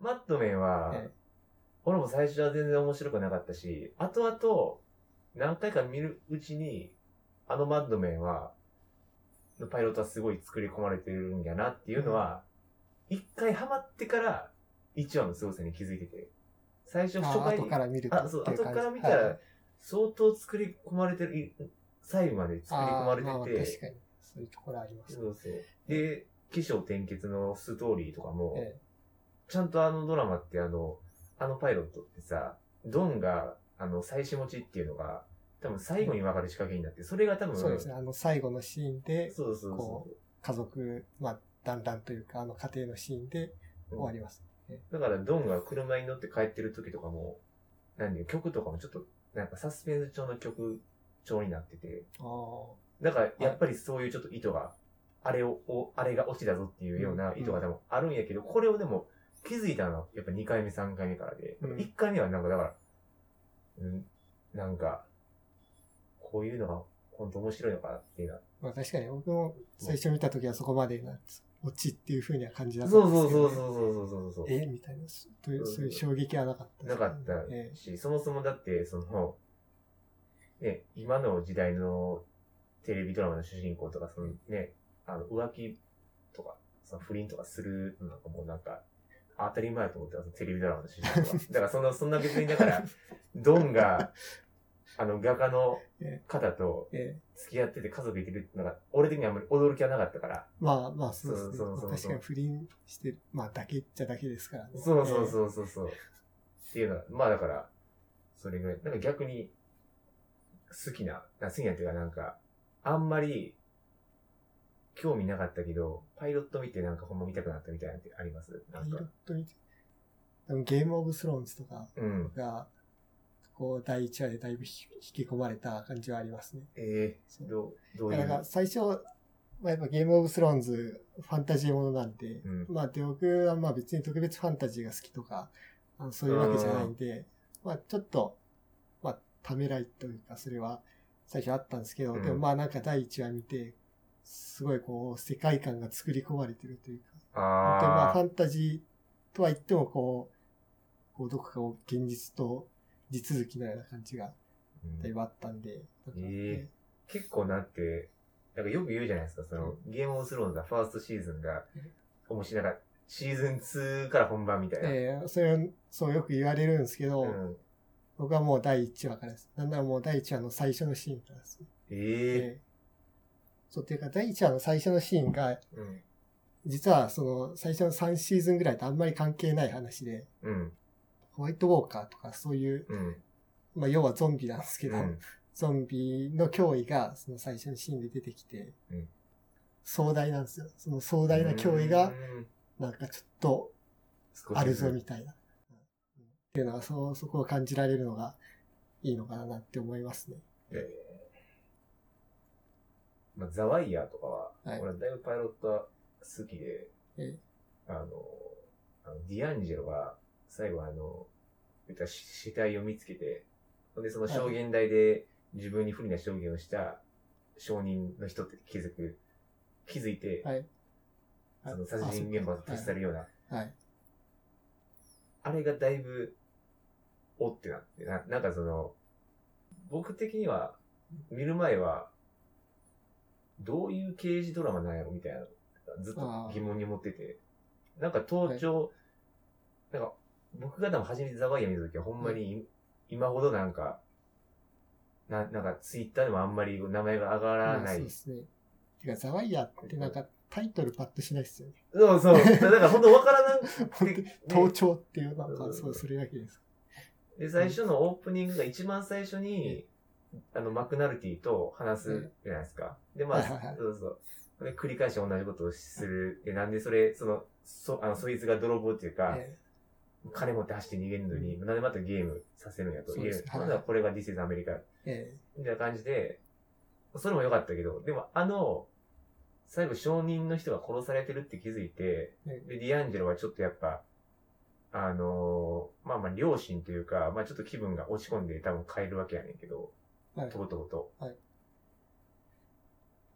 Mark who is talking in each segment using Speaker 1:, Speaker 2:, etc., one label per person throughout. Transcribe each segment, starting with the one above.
Speaker 1: マットメンは、
Speaker 2: ええ
Speaker 1: 俺も最初は全然面白くなかったし、後々、何回か見るうちに、あのマッドメンは、のパイロットはすごい作り込まれてるんやなっていうのは、一、回ハマってから、一話の凄さに気づいてて、最初初
Speaker 2: あ
Speaker 1: 回
Speaker 2: 後
Speaker 1: に
Speaker 2: か、ら見るとって
Speaker 1: あ、
Speaker 2: い
Speaker 1: そうう、
Speaker 2: 感じ
Speaker 1: 後から見た
Speaker 2: はい
Speaker 1: ら、相当作り込まれてる、い細部まで作り込まれてて、
Speaker 2: あーまあ確かに。そういうところありますね。
Speaker 1: そうそう。で、起承転結のストーリーとかも、
Speaker 2: ええ
Speaker 1: ちゃんとあのドラマってあの、あのパイロットってさ、ドンが、あの、妻子持ちっていうのが、多分最後に分かる仕掛けになって、それが多分、
Speaker 2: そうですね。あの、最後のシーンで、
Speaker 1: そうそう
Speaker 2: こ
Speaker 1: そう。
Speaker 2: 家族、まあ、団らんというか、あの、家庭のシーンで終わります。
Speaker 1: だから、ドンが車に乗って帰ってる時とかも、何で曲とかもちょっと、なんかサスペンス調の曲調になってて、だから、やっぱりそういうちょっと意図が、あれを、おあれが落ちだぞっていうような意図が多分あるんやけど、これをでも気づいたのはやっぱ2回目、3回目からで、
Speaker 2: うん
Speaker 1: 1回目はなんかだから、うん、なんか、こういうのが本当面白いのかなっていうのは。
Speaker 2: あーまあ、確かに僕も最初見た時はそこまでな、落ちっていうふうには感じなか
Speaker 1: そ
Speaker 2: っ
Speaker 1: う
Speaker 2: たです
Speaker 1: そう
Speaker 2: けど、
Speaker 1: そ
Speaker 2: ね。
Speaker 1: うそうそうそうそうそう。
Speaker 2: えみたいな、そういう
Speaker 1: そう
Speaker 2: そういう衝撃はなかったです
Speaker 1: な
Speaker 2: ね、
Speaker 1: かった
Speaker 2: え
Speaker 1: し、そもそもだって、その、ね、今の時代のテレビドラマの主人公とか、そのね、あの、浮気とか、その不倫とかするのなんかもうなんか、当たり前だと思ってた、そのテレビドラマの主人公 は。だからその、そんな別に、だから、ドンが、あの、画家の方と
Speaker 2: えええ
Speaker 1: 付き合ってて家族いてるってのが、俺的にはあんまり驚きはなかったから。
Speaker 2: まあまあ、そうですね。
Speaker 1: そうそうそうそう
Speaker 2: まあ確かに不倫してる、まあ、だけっちゃだけですからね。
Speaker 1: そうそう
Speaker 2: う。
Speaker 1: そうそうそう。っていうのは、まあだから、それぐらい。なんか逆に、好きな、あ好きなっていうかなんか、あんまり、興味なかったけど、パイロット見てなんかほんま見たくなったみたいなのってありますな
Speaker 2: パ
Speaker 1: ん
Speaker 2: イロ
Speaker 1: か
Speaker 2: ッ。ト見て、でもゲームオブスローンズとか
Speaker 1: うん。
Speaker 2: が、こう、第1話でだいぶ引き引き込まれた感じはありますね。
Speaker 1: え
Speaker 2: そ
Speaker 1: ー、
Speaker 2: う
Speaker 1: どう、どうい
Speaker 2: だから
Speaker 1: う。
Speaker 2: 最初、まあ、やっぱゲームオブスローンズ、ファンタジーものなんで、
Speaker 1: うん。
Speaker 2: まあ、で、僕はまあ別に特別ファンタジーが好きとか、あのそういうわけじゃないんで、まあちょっと、まあためらいというか、それは最初あったんですけど、
Speaker 1: うん
Speaker 2: でもまあなんか第1話見て、すごいこう、世界観が作り込まれてるというか、本当にまあ
Speaker 1: あ
Speaker 2: ファンタジーとは言ってもこう、こうどこかを現実と地続きのような感じが
Speaker 1: ー、
Speaker 2: だ
Speaker 1: う
Speaker 2: い
Speaker 1: ん
Speaker 2: ぶあったんで、なんかね
Speaker 1: え結構なって、なんかよく言うじゃないですか、その、ゲームオブスローンズのファーストシーズンが、面白い。なんか、シーズン2から本番みたいな。
Speaker 2: えーそれを、そうよく言われるんですけど、
Speaker 1: うん。
Speaker 2: 僕はもう第1話からです。なんならもう第1話の最初のシーンからですね。
Speaker 1: え
Speaker 2: えーそう、っていうか第1話の最初のシーンが、
Speaker 1: えー。うん。
Speaker 2: 実はその最初の3シーズンぐらいとあんまり関係ない話で、
Speaker 1: うん。
Speaker 2: ホワイトウォーカーとかそういう、
Speaker 1: うん。
Speaker 2: まあ要はゾンビなんですけど、
Speaker 1: うん
Speaker 2: ゾンビの脅威がその最初のシーンで出てきて、
Speaker 1: うん
Speaker 2: 壮大なんですよ。その壮大な脅威が、なんかちょっとあるぞみたいな。うんっていうのは、そう、そこを感じられるのがいいのかなって思いますね。
Speaker 1: えーまあ、ザワイヤーとかは、
Speaker 2: はい
Speaker 1: 俺はだいぶパイロットは好きで、
Speaker 2: え
Speaker 1: あの、あのディアンジェロが最後あの、言ったら死死体を見つけて、ほんでその証言台で自分に不利な証言をした証人の人って気づく、気づいて、
Speaker 2: はい。
Speaker 1: その殺人現場を立ち去
Speaker 2: る。
Speaker 1: るような、
Speaker 2: はい。
Speaker 1: あれがだいぶ、おってなって、ななんかその、僕的には、見る前は、どういう刑事ドラマなんやろみたいなのがずっと疑問に思ってて、なんか盗聴、なんか、僕が多分初めてザワイヤー見た時は、ほんまに、今ほどなんか、な、なんかツイッターでもあんまり名前が上がら
Speaker 2: まあ
Speaker 1: ない
Speaker 2: そうですね。てか、ザワイヤーってなんかタイトルパッとしないですよね。
Speaker 1: そうそう。だから本当わからなく
Speaker 2: 本
Speaker 1: て
Speaker 2: 当
Speaker 1: ね
Speaker 2: 盗聴っていう、なん
Speaker 1: う
Speaker 2: か、
Speaker 1: ん
Speaker 2: そう、それだけです。
Speaker 1: で、最初のオープニングが一番最初に、あの、マクナルティと話すじゃないですか。で、まあ、
Speaker 2: はいはいはい
Speaker 1: そうそう。で、繰り返し同じことをする。で、なんでそれ、その、そ、あの、そいつが泥棒っていうか、
Speaker 2: え
Speaker 1: 金持って走って逃げるのに、なんでまたゲームさせるんやと。
Speaker 2: そうですね
Speaker 1: ま
Speaker 2: はい
Speaker 1: だ
Speaker 2: はい
Speaker 1: これが This is America
Speaker 2: ええ
Speaker 1: みたいな感じで、それも良かったけど、でもあの、最後証人の人が殺されてるって気づいて、
Speaker 2: うん
Speaker 1: で、ディアンジェロはちょっとやっぱ、あのーまあまあ、良心というか、まあちょっと気分が落ち込んで多分変えるわけやねんけど、
Speaker 2: えはい
Speaker 1: とことこと。
Speaker 2: はい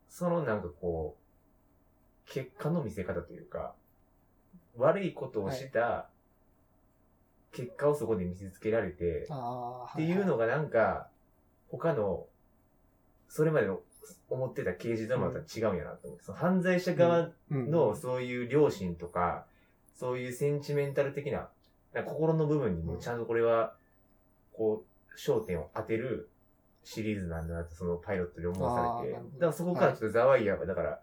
Speaker 1: そのなんかこう、結果の見せ方というか、悪いことをした結果をそこで見せつけられて、
Speaker 2: ああ。
Speaker 1: っていうのがなんか、他の、それまでの思ってた刑事ドラマとは違うんやなと思って、その犯罪者側のそういう良心とか、そういうセンチメンタル的な、なんか心の部分にもちゃんとこれは、こう、焦点を当てるシリーズなんだなって、そのパイロットで思わされて
Speaker 2: あーなるほ。
Speaker 1: だ
Speaker 2: ど
Speaker 1: からそこからちょっとザワイヤーが、だから、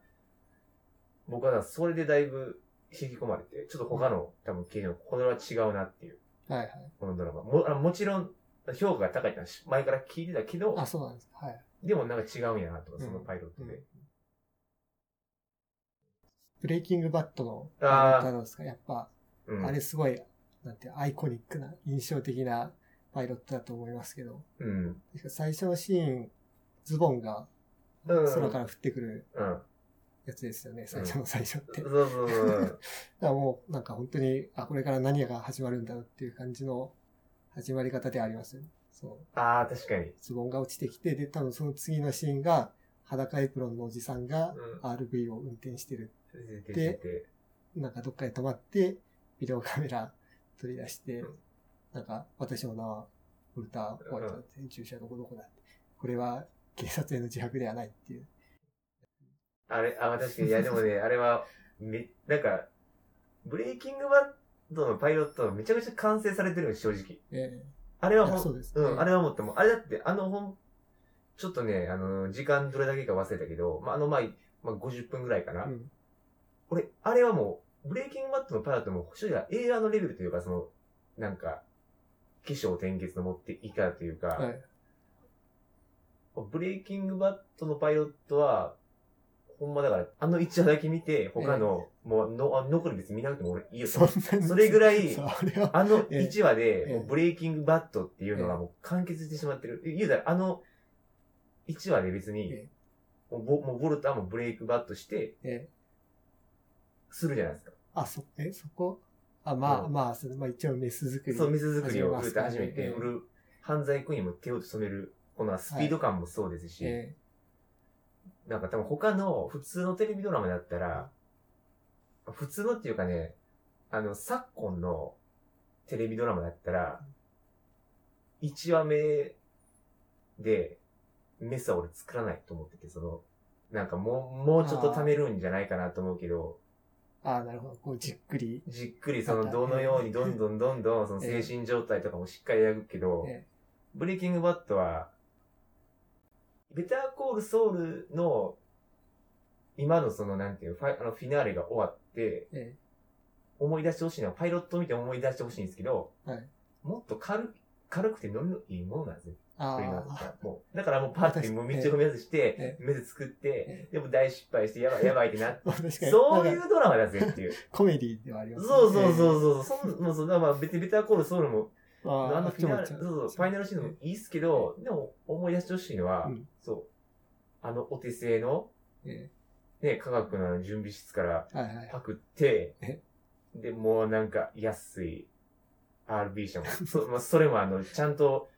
Speaker 1: 僕はだからそれでだいぶ引き込まれて、ちょっと他の多分刑事のこれは違うなっていう、
Speaker 2: うん。はいはい。
Speaker 1: このドラマ。もあもちろん、評価が高いってのは前から聞いてたけど
Speaker 2: あ、、そうなんです。はい。
Speaker 1: でもなんか違うんやなとか、その
Speaker 2: うん
Speaker 1: パイロットで。
Speaker 2: ブレイキングバットの、
Speaker 1: あー
Speaker 2: なんですか、やっぱ、
Speaker 1: うん
Speaker 2: あれすごい、なんて、アイコニックな、印象的なパイロットだと思いますけど、
Speaker 1: うん。
Speaker 2: 最初のシーン、ズボンが
Speaker 1: うん
Speaker 2: 空から降ってくる
Speaker 1: うん。
Speaker 2: やつですよね、最初の最初って。
Speaker 1: そう
Speaker 2: だか
Speaker 1: そうそう。
Speaker 2: らもう、なんか本当に、あ、これから何が始まるんだろうっていう感じの始まり方でありますよね。そう。
Speaker 1: ああ、確かに。
Speaker 2: ズボンが落ちてきて、で、多分その次のシーンが、裸エプロンのおじさんが
Speaker 1: う
Speaker 2: RV を運転してる。
Speaker 1: ん。出てきて。
Speaker 2: なんかどっかで止まって、ビデオカメラ取り出して
Speaker 1: うん、
Speaker 2: なんか、私の名はウォルター・ホワイトだって、駐車どこどこだって。これは警察への自白ではないっていう。
Speaker 1: あれ、あ、確かに。いや、でもね、あれは、め、なんか、ブレイキングバッドのパイロットはめちゃくちゃ完成されてるの、正直。
Speaker 2: え
Speaker 1: あれはほ
Speaker 2: い
Speaker 1: ん
Speaker 2: やそうですね
Speaker 1: うん、あれは思っても、あれだって、あの本、ちょっとね、あの、時間どれだけか忘れたけど、まあ、あの、まあ、まあ、50分ぐらいか
Speaker 2: え
Speaker 1: な。
Speaker 2: うん
Speaker 1: 俺、あれはもう、ブレイキングバッドのパイロットも、正直映画のレベルというか、その、なんか、起承転結の持っていかというか、
Speaker 2: はい
Speaker 1: ブレイキングバットのパイロットは、ほんまだから、あの一話だけ見て、他の、もうの、あ残り別に見なくても俺いいよ。
Speaker 2: そんなに
Speaker 1: それぐらい
Speaker 2: そう あれは、
Speaker 1: あの
Speaker 2: ええ
Speaker 1: 一話で、
Speaker 2: ええ
Speaker 1: もうブレイキングバットっていうのがもう完結してしまってる。言うたら、あの一話で別に
Speaker 2: え、
Speaker 1: もうボもうボルターもブレイクバットして、
Speaker 2: ええ
Speaker 1: するじゃないですか。
Speaker 2: あ、そ、え、そこあ、まあ、
Speaker 1: うん
Speaker 2: まあ、それまあ一応メス作り。
Speaker 1: そう、水作りを
Speaker 2: 始めま
Speaker 1: ウ
Speaker 2: す
Speaker 1: ルタ始め
Speaker 2: え
Speaker 1: て、
Speaker 2: え
Speaker 1: 売る犯罪行為にも手を染める、このスピード感もそうですし、
Speaker 2: え
Speaker 1: なんか多分他の普通のテレビドラマだったら、普通のっていうかね、あの、昨今のテレビドラマだったら、1話目でメスは俺作らないと思ってて、その、なんかもう、もうちょっと貯めるんじゃないかなと思うけど、
Speaker 2: えあ、なるほど。こう、じっくり。
Speaker 1: じっくりそのどのようにどんどんどんどんその精神状態とかもしっかりやるけど
Speaker 2: ええ、
Speaker 1: ブレイキングバットは、ベターコールソウルの今のそのなんていうファイあのフィナーレが終わって
Speaker 2: え
Speaker 1: 思い出してほしいのはパイロットを見て思い出してほしいんですけど、
Speaker 2: はい
Speaker 1: もっと軽軽くてノリのいいものなんですね。
Speaker 2: あ
Speaker 1: これなん
Speaker 2: あ、
Speaker 1: かもうだからもうパッてもう道を踏み出して
Speaker 2: え、
Speaker 1: 目で作っ
Speaker 2: え
Speaker 1: て、でも大失敗してや ばいやばいってなって、
Speaker 2: まあ確かに。
Speaker 1: そうい
Speaker 2: なんか
Speaker 1: うドラマだぜっていう。
Speaker 2: コメディではあります、
Speaker 1: そうそう
Speaker 2: う。
Speaker 1: そうそう。そんもうそんな、まあ、別にベターコールソウルも、
Speaker 2: まあ、
Speaker 1: あの
Speaker 2: あの
Speaker 1: フィナーレ、そうそう、ファイナルシーズンもいいっすけど、でも思い出してほしいのは、
Speaker 2: うん
Speaker 1: そう、あのお手製の、
Speaker 2: え
Speaker 1: ね、科学の準備室から
Speaker 2: えはいはい。
Speaker 1: パクって
Speaker 2: え、
Speaker 1: で、もうなんか安い RB 車も、そまあ、それもあの、ちゃんと、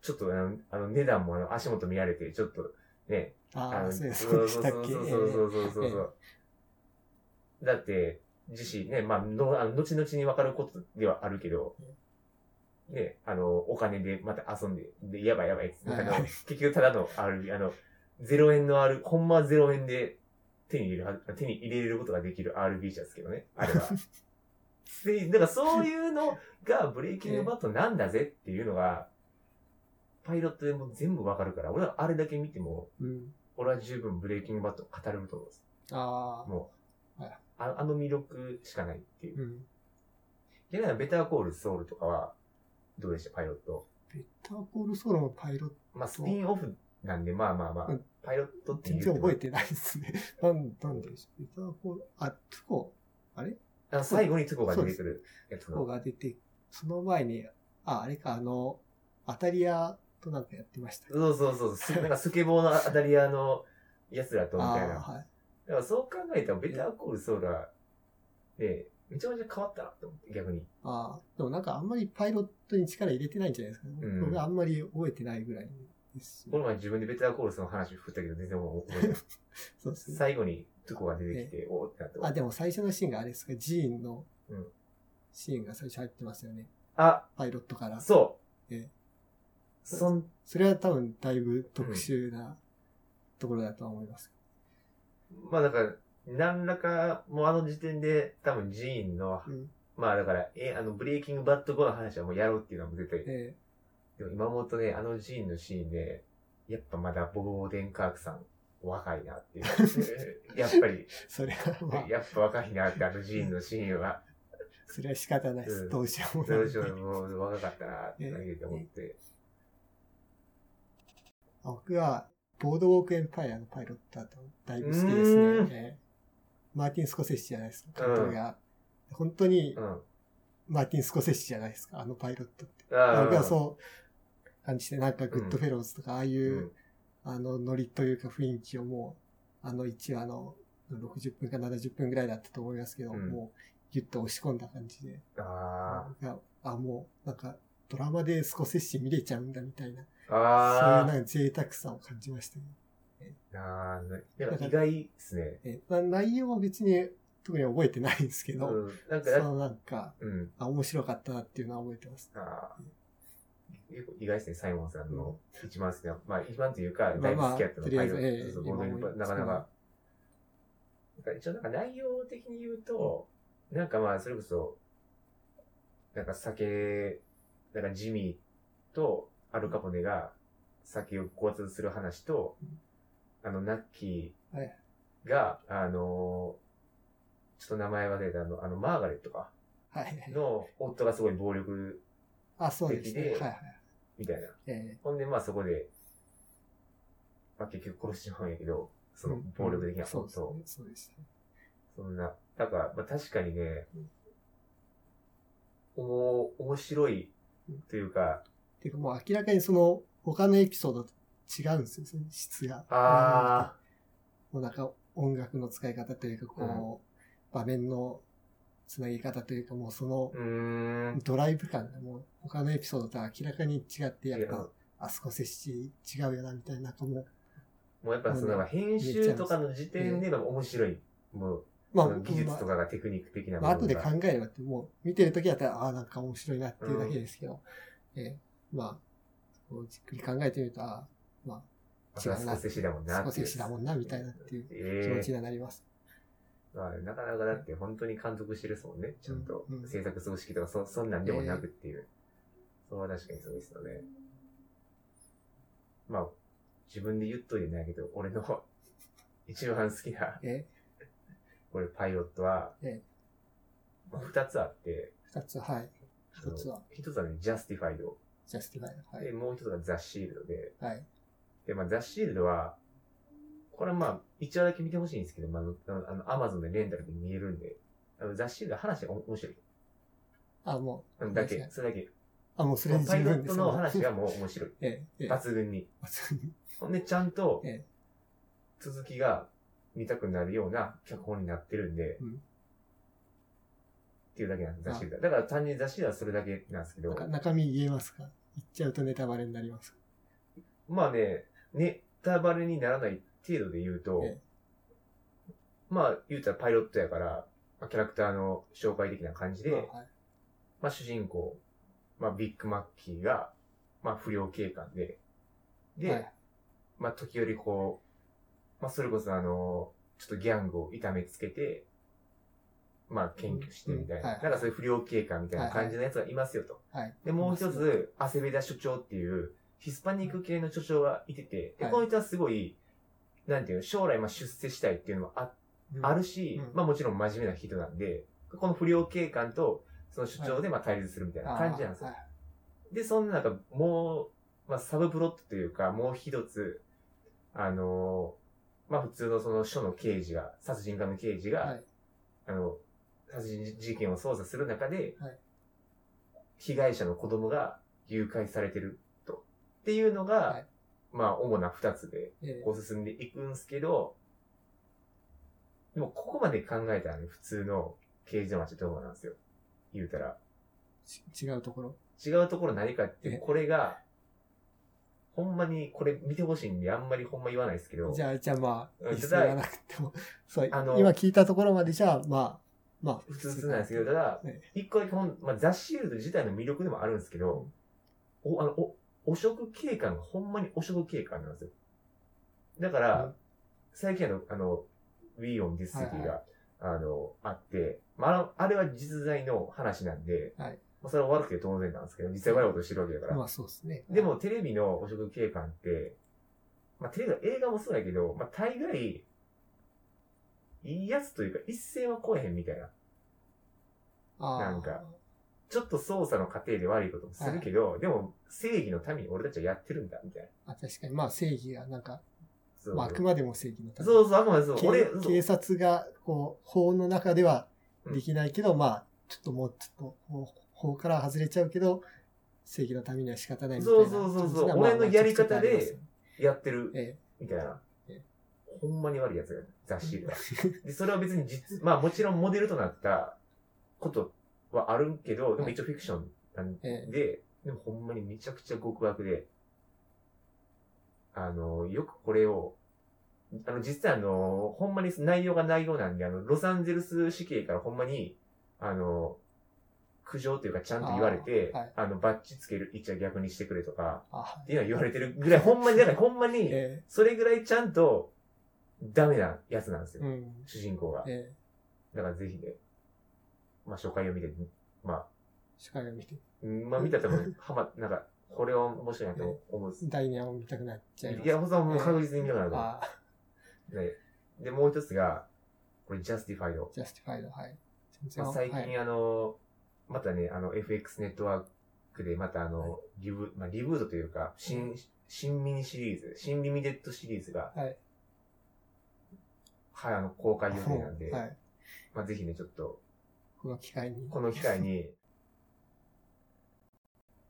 Speaker 1: ちょっとあの、あの値段もあの足元見られて、ちょっとね、
Speaker 2: あ
Speaker 1: の
Speaker 2: あ、そうですそうでしたっけ。
Speaker 1: そうそうそうそうそうそうそう。だって、自身ね、まあ、のあの後々に分かることではあるけど、ね、あの、お金でまた遊んで、で、やばいやばいっつって、
Speaker 2: はい
Speaker 1: あ
Speaker 2: はい
Speaker 1: の結局ただの、ある、あの、0円の R、ほんまは0円で手に入れるは、手に入れることができる RB 車ですけどね、あれは。で、だからそういうのがブレイキングバットなんだぜっていうのが、パイロットでも全部わかるから、俺はあれだけ見ても、
Speaker 2: ええうん。
Speaker 1: 俺は十分ブレイキングバットを語れると思うんです。
Speaker 2: あ
Speaker 1: もう
Speaker 2: はい、
Speaker 1: ああの魅力しかないっていう
Speaker 2: あ、。うん。
Speaker 1: で、なんかベターコールソウルとかは、どうでしたパイロット。
Speaker 2: ベターコールソウルのパイロット、
Speaker 1: まあ、スピンオフなんで、まあまあまあ
Speaker 2: うん、
Speaker 1: パイロットって
Speaker 2: 全
Speaker 1: 言うて
Speaker 2: 然覚
Speaker 1: も
Speaker 2: えてないです ね。なん、なんでしょう。ベターコール、あ、トゥコ、
Speaker 1: あの最後にトゥコが出てくるやつ
Speaker 2: トゥコ
Speaker 1: の。
Speaker 2: が出て、その前に、あ、あれか、あの、アタリアとなんかやってました。
Speaker 1: そうそうそうす。 なんかスケボーの当たり屋の奴らとみ
Speaker 2: ああ
Speaker 1: たいな。
Speaker 2: ー、はい。
Speaker 1: だからそう考えたら、ベターコールソウルは、で、めちゃめちゃ変わったなって思って、逆に。
Speaker 2: ああ、でもなんかあんまりパイロットに力入れてないんじゃないですかね。
Speaker 1: うん
Speaker 2: 僕あんまり覚えてないぐらいですし
Speaker 1: こ。の前自分でベターコールソウルの話振ったけど、全然もう覚えて ない
Speaker 2: そうですね。
Speaker 1: 最後にトゥコが出てきて、おーってなって。
Speaker 2: あ、でも最初のシーンがあれですか、ジーンの
Speaker 1: うん
Speaker 2: シーンが最初入ってますよね。
Speaker 1: あ、
Speaker 2: パイロットから。
Speaker 1: そう。
Speaker 2: え
Speaker 1: そん、
Speaker 2: それは多分だいぶ特殊なところだとは思います。
Speaker 1: まあだから、何らか、もうあの時点で、多分ジーンの、
Speaker 2: うん
Speaker 1: まあだから、え、あの、ブレイキングバッド後の話はもうやろうっていうのはもう絶対。
Speaker 2: え
Speaker 1: でも今もとね、あのジーンのシーンで、やっぱまだボボーデンカークさん、お若いなって いう。やっぱり、
Speaker 2: えそれはまあ、
Speaker 1: やっぱ若いなって、あのジーンのシーン は。
Speaker 2: それは仕方ないで
Speaker 1: うん
Speaker 2: す。どうしようもない。
Speaker 1: どうしようもう若かったなって何で思って。
Speaker 2: 僕は、ボードウォークエンパイアのパイロットだとだいぶ好き
Speaker 1: うー
Speaker 2: です
Speaker 1: ん
Speaker 2: ね。ええマーティン・スコセッシじゃないですか、監督が。本当に
Speaker 1: うん。あ
Speaker 2: マーティン・スコセッシじゃないですか、あのパイロットって。
Speaker 1: あ
Speaker 2: 僕はそう感じて、なんかグッドフェローズとか、ああいうう、
Speaker 1: ん。
Speaker 2: あのノリというか雰囲気をもう、あの1話の60分か70分ぐらいだったと思いますけど、
Speaker 1: うん
Speaker 2: もうギュッと押し込んだ感じで、
Speaker 1: あ
Speaker 2: 僕があ、もうなんかドラマでスコセッシ見れちゃうんだみたいな、
Speaker 1: あ。
Speaker 2: そういうな
Speaker 1: あ
Speaker 2: んか贅沢さを感じましたね。
Speaker 1: あ。ああ。なんか意外ですね。
Speaker 2: えまあ内容は別に特に覚えてないんですけ
Speaker 1: う
Speaker 2: ど、
Speaker 1: ん。なんか
Speaker 2: そ
Speaker 1: だ、
Speaker 2: のなんか、
Speaker 1: うん。
Speaker 2: あ、面白かったなっていうのは覚えてます。
Speaker 1: ああ。結構意外ですね、サイモンさんの一番好きな、まあ一番というか、
Speaker 2: ま
Speaker 1: だ
Speaker 2: あ
Speaker 1: いぶ
Speaker 2: ま
Speaker 1: 好
Speaker 2: あ、
Speaker 1: きやったの
Speaker 2: とりあえず、ええ
Speaker 1: そうそうボードゲームなかなか。。なんか一応なんか内容的に言うと、なんかまあそれこそ、なんか酒、なんかジミーとアルカポネが酒を強奪する話と、あの、ナッキ
Speaker 2: はい
Speaker 1: ーが、あのーちょっと名前忘れたあの、あの、マーガレットか、
Speaker 2: はいはい。
Speaker 1: の夫がすごい暴力
Speaker 2: あ、そうですね。
Speaker 1: で
Speaker 2: はいはい。
Speaker 1: みたいな。
Speaker 2: え
Speaker 1: ほんでまあそこで、まあ結局殺しちまうんやけど、
Speaker 2: え
Speaker 1: その暴力的な
Speaker 2: そう
Speaker 1: 夫
Speaker 2: です
Speaker 1: と、
Speaker 2: ねそうでしたね。
Speaker 1: そんな。だから、まあ、確かにね
Speaker 2: うん、
Speaker 1: おも、面白いというか、
Speaker 2: ていうかもう明らかにその他のエピソードと違うんですよ、その質が。
Speaker 1: あ
Speaker 2: もうなんか音楽の使い方というか、こう、場面のつなぎ方というか、もうその
Speaker 1: ー、うーん。
Speaker 2: ドライブ感がもう他のエピソードとは明らかに違って、やっ
Speaker 1: いや
Speaker 2: ぱ、あそこ接し違うよな、みたいな、なんかもう、
Speaker 1: もうやっぱその、
Speaker 2: うん
Speaker 1: 編集とかの時点で面白い。もう、
Speaker 2: まあ、
Speaker 1: その技術と
Speaker 2: ま
Speaker 1: かがテクニック的な
Speaker 2: あ
Speaker 1: も
Speaker 2: まあ、
Speaker 1: の
Speaker 2: 後で
Speaker 1: が。
Speaker 2: 考えればって、もう見てるときだったら、ああ、なんか面白いなっていうだけですけど、ええまあ、こうじっくり考えてみると、ああ、ま
Speaker 1: まあ、少しだもん
Speaker 2: あ、
Speaker 1: な
Speaker 2: そ
Speaker 1: ってい
Speaker 2: こ
Speaker 1: う。
Speaker 2: 接しだもんな、みたいなっていう気
Speaker 1: え
Speaker 2: 持ち
Speaker 1: え
Speaker 2: にはなります。
Speaker 1: まあ、なかなかだって本当に監督してるですもんね。ちゃんと
Speaker 2: うんう。ん
Speaker 1: 制作組織とかそ、そんなんでもなくっていう。それは確かにそうですよね。まあ、自分で言っといてないけど、俺の 一番好きな、
Speaker 2: え
Speaker 1: 俺パイロットは、
Speaker 2: え
Speaker 1: まあ、二つあって、
Speaker 2: 二つは、はい。
Speaker 1: その
Speaker 2: 一つは、
Speaker 1: 一つはね、ジャスティファイド。
Speaker 2: ジャスティファイド。はい
Speaker 1: で、。もう一つがザ・シールドで、
Speaker 2: はい。
Speaker 1: で、まあ、ザ・シールドは、これはまあ、一話だけ見てほしいんですけど、まあ、あの、あのアマゾンでレンタルで見えるんで、あのザ・シールドは話がお面白い。
Speaker 2: あ、も
Speaker 1: うん
Speaker 2: う。
Speaker 1: だけ、。それだけ。
Speaker 2: あ、もうそれで
Speaker 1: パ
Speaker 2: 十
Speaker 1: イロ
Speaker 2: 分
Speaker 1: ッ
Speaker 2: で
Speaker 1: ト
Speaker 2: す。
Speaker 1: の話がもう面白い。
Speaker 2: ええ、ええ。
Speaker 1: 抜群に。ほんで、ちゃんと
Speaker 2: ええ、
Speaker 1: 続きが見たくなるような脚本になってるんで、
Speaker 2: うん
Speaker 1: っていうだけなんです、ザ・シールドは。だから単純にザ・シールドはそれだけなんですけ
Speaker 2: な
Speaker 1: ど
Speaker 2: んか、中身言えますか言っちゃうとネタバレになりますか
Speaker 1: まあね、ネタバレにならない程度で言うと
Speaker 2: え、
Speaker 1: まあ、言うたらパイロットやから、まあキャラクターの紹介的な感じで、
Speaker 2: あはい
Speaker 1: まあ主人公、まあビッグマッキーが、まあ不良警官で、で、
Speaker 2: はい
Speaker 1: まあ時折こう、まあそれこそあの、ちょっとギャングを痛めつけて、まあ検挙してみたい
Speaker 2: うんうん
Speaker 1: な、
Speaker 2: はい
Speaker 1: なんかそういう不良警官みたいな感じのやつがいますよと。
Speaker 2: はい。
Speaker 1: で、もう一
Speaker 2: いますね。
Speaker 1: つ、アセベダ所長っていう、ヒスパニック系の所長がいてて、で、
Speaker 2: はい
Speaker 1: この人はすごい、なんていうの、将来まあ出世したいっていうのもあ
Speaker 2: うん
Speaker 1: あるし、
Speaker 2: うん
Speaker 1: まあもちろん真面目な人なんで、この不良警官と、その所長でまあ対立するみたいな感じなんですよ。
Speaker 2: あはい
Speaker 1: で、そんな中、もう、まあサブプロットというか、もう一つ、あのーまあ普通のその署の刑事が、殺人家の刑事が、
Speaker 2: はい
Speaker 1: あの、殺人事件を捜査する中で、
Speaker 2: はい
Speaker 1: 被害者の子供が誘拐されてると。っていうのが、
Speaker 2: はい
Speaker 1: まあ主な二つで、
Speaker 2: ええ
Speaker 1: こう進んでいくんすけど、でもここまで考えたらね、普通の刑事の街動画なんですよ。言うたら。
Speaker 2: ち違うところ。
Speaker 1: 違うところ何かって、
Speaker 2: え
Speaker 1: これが、ほんまに、これ見てほしいんで、あんまりほんま言わないですけど、
Speaker 2: じゃあ、じゃあまあ、
Speaker 1: うん
Speaker 2: 言い過ぎはなくても。そう
Speaker 1: あの、
Speaker 2: 今聞いたところまでじゃあ、まあ、まあ、
Speaker 1: 普通なんですけど、ただ
Speaker 2: ね、
Speaker 1: 一個だけほん、まあ、ザ・シールド自体の魅力でもあるんですけど、お、あの、お、汚職警官がほんまに汚職警官なんですよ。だから、
Speaker 2: うん
Speaker 1: 最近あの、あの、We on This City が、
Speaker 2: はいは
Speaker 1: あの、あって、まああの、あれは実在の話なんで、
Speaker 2: はい
Speaker 1: まあ、それは悪くて当然なんですけど、実際悪いことしてるわけだから。
Speaker 2: まあそうですね。
Speaker 1: でも、テレビの汚職警官って、まあ、テレビの映画もそうだけど、まあ、大概、いいやつというか、一線は超えへんみたいな。
Speaker 2: あー、
Speaker 1: なんかちょっと捜査の過程で悪いこともするけど、でも正義のために俺たちはやってるんだ、みたいな。
Speaker 2: あ。確かに、まあ正義が、なんか、
Speaker 1: そう
Speaker 2: まああくまでも正義のため
Speaker 1: そうそう、あくまでそう。
Speaker 2: け
Speaker 1: 俺、
Speaker 2: 警察が、こう、法の中ではできないけど、まあ、ちょっともう、ちょっと法、法からは外れちゃうけど、正義のためには仕方ないみたい
Speaker 1: そ
Speaker 2: な
Speaker 1: うそうそうそう
Speaker 2: 感じがまあ
Speaker 1: 俺のやり方で
Speaker 2: まあちょっとありますよね
Speaker 1: やってる、
Speaker 2: え
Speaker 1: みたいな
Speaker 2: え。
Speaker 1: ほんまに悪いやつが、雑誌が。 で、それは別に実、まあもちろんモデルとなったことはあるけど、でも一応フィクションなん
Speaker 2: えええ
Speaker 1: で、でもほんまにめちゃくちゃ極悪で、あの、よくこれを、あの、実際あの、ほんまに内容が内容なんで、あの、ロサンゼルス市警からほんまに、あの、苦情というかちゃんと言われて、
Speaker 2: あ
Speaker 1: あ,、
Speaker 2: ーはい
Speaker 1: の、バッチつける位置は逆にしてくれとか、
Speaker 2: あ
Speaker 1: っていうのは言われてるぐらい、ほんまに、だからほんまに、
Speaker 2: え
Speaker 1: それぐらいちゃんと、ダメなやつなんです
Speaker 2: え
Speaker 1: よ。
Speaker 2: うん。
Speaker 1: 主人公が。
Speaker 2: ええ
Speaker 1: だからぜひね、まあ初回を見て、まあ、
Speaker 2: 社会を見て、
Speaker 1: うんまあ見たら多 分、はま、なんか、これは面白いなと思うんです。
Speaker 2: ダイニアを見たくなっちゃいます。
Speaker 1: いや、ほんとはもう確実に見たくなると思
Speaker 2: ああ、
Speaker 1: う。ねで、もう一つが、これ、ジャスティファイド。
Speaker 2: ジャスティファイド、はい。全然
Speaker 1: まあ、最
Speaker 2: はい
Speaker 1: 近あの、またね、あの、FX ネットワークで、またあの、リブ、まあ、リブートというか、新、新ミニシリーズ、新リミテッドシリーズが、
Speaker 2: はい。
Speaker 1: はい、あの、公開予定なんで、
Speaker 2: はい。
Speaker 1: まあ、ぜひね、ちょっと、
Speaker 2: この機会に。
Speaker 1: この機会に。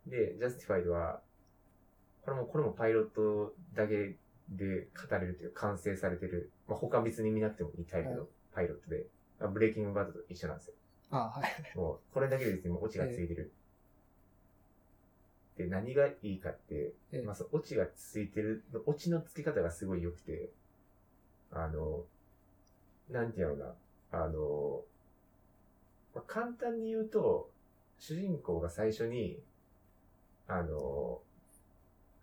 Speaker 1: で、ジャスティファイドは、これも、これもパイロットだけで語れるという、完成されてる。まあ、他別に見なくてもいいタイプ
Speaker 2: は
Speaker 1: のパイロットで、まあブレイキングバッドと一緒なんですよ。
Speaker 2: ああ、はい。
Speaker 1: もう、これだけで別にもうオチがついてる。で、何がいいかって、
Speaker 2: ええ
Speaker 1: まあ、そのオチがついてる、オチのつけ方がすごい良くて、あの、なんていうのかな、あの、まあ、簡単に言うと、主人公が最初に、あの、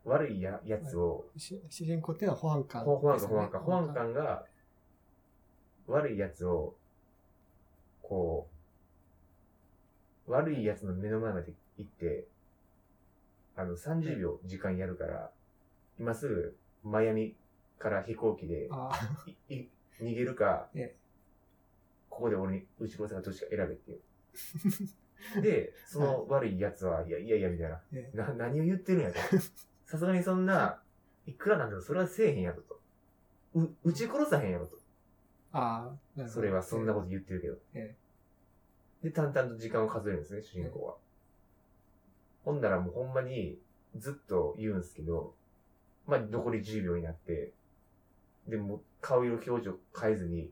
Speaker 1: 悪いややつを、
Speaker 2: し主人公っていうのは保安官、
Speaker 1: ほ保安官、保安
Speaker 2: か
Speaker 1: 官、保安。官が、悪いやつを、こう、悪いやつの目の前まで行って、あの、30秒時間やるから、今すぐ、マイアミから飛行機で、
Speaker 2: あ
Speaker 1: いい逃げるか
Speaker 2: え、
Speaker 1: ここで俺に撃ち殺せかどっちか選べって いう。で、その悪い奴は、いやいやいや、みたいな。
Speaker 2: え
Speaker 1: な、何を言ってるん やと。さすがにそんな、いくらなんでもそれはせえへんやろと。う、撃ち殺さへんやろと。
Speaker 2: あ、ああ、なるほど
Speaker 1: それはそんなこと言ってるけど。
Speaker 2: え
Speaker 1: で、淡々と時間を数えるんですね、主人公は。ほんならもうほんまにずっと言うんですけど、まあ残り10秒になって、でもう顔色表情変えずに、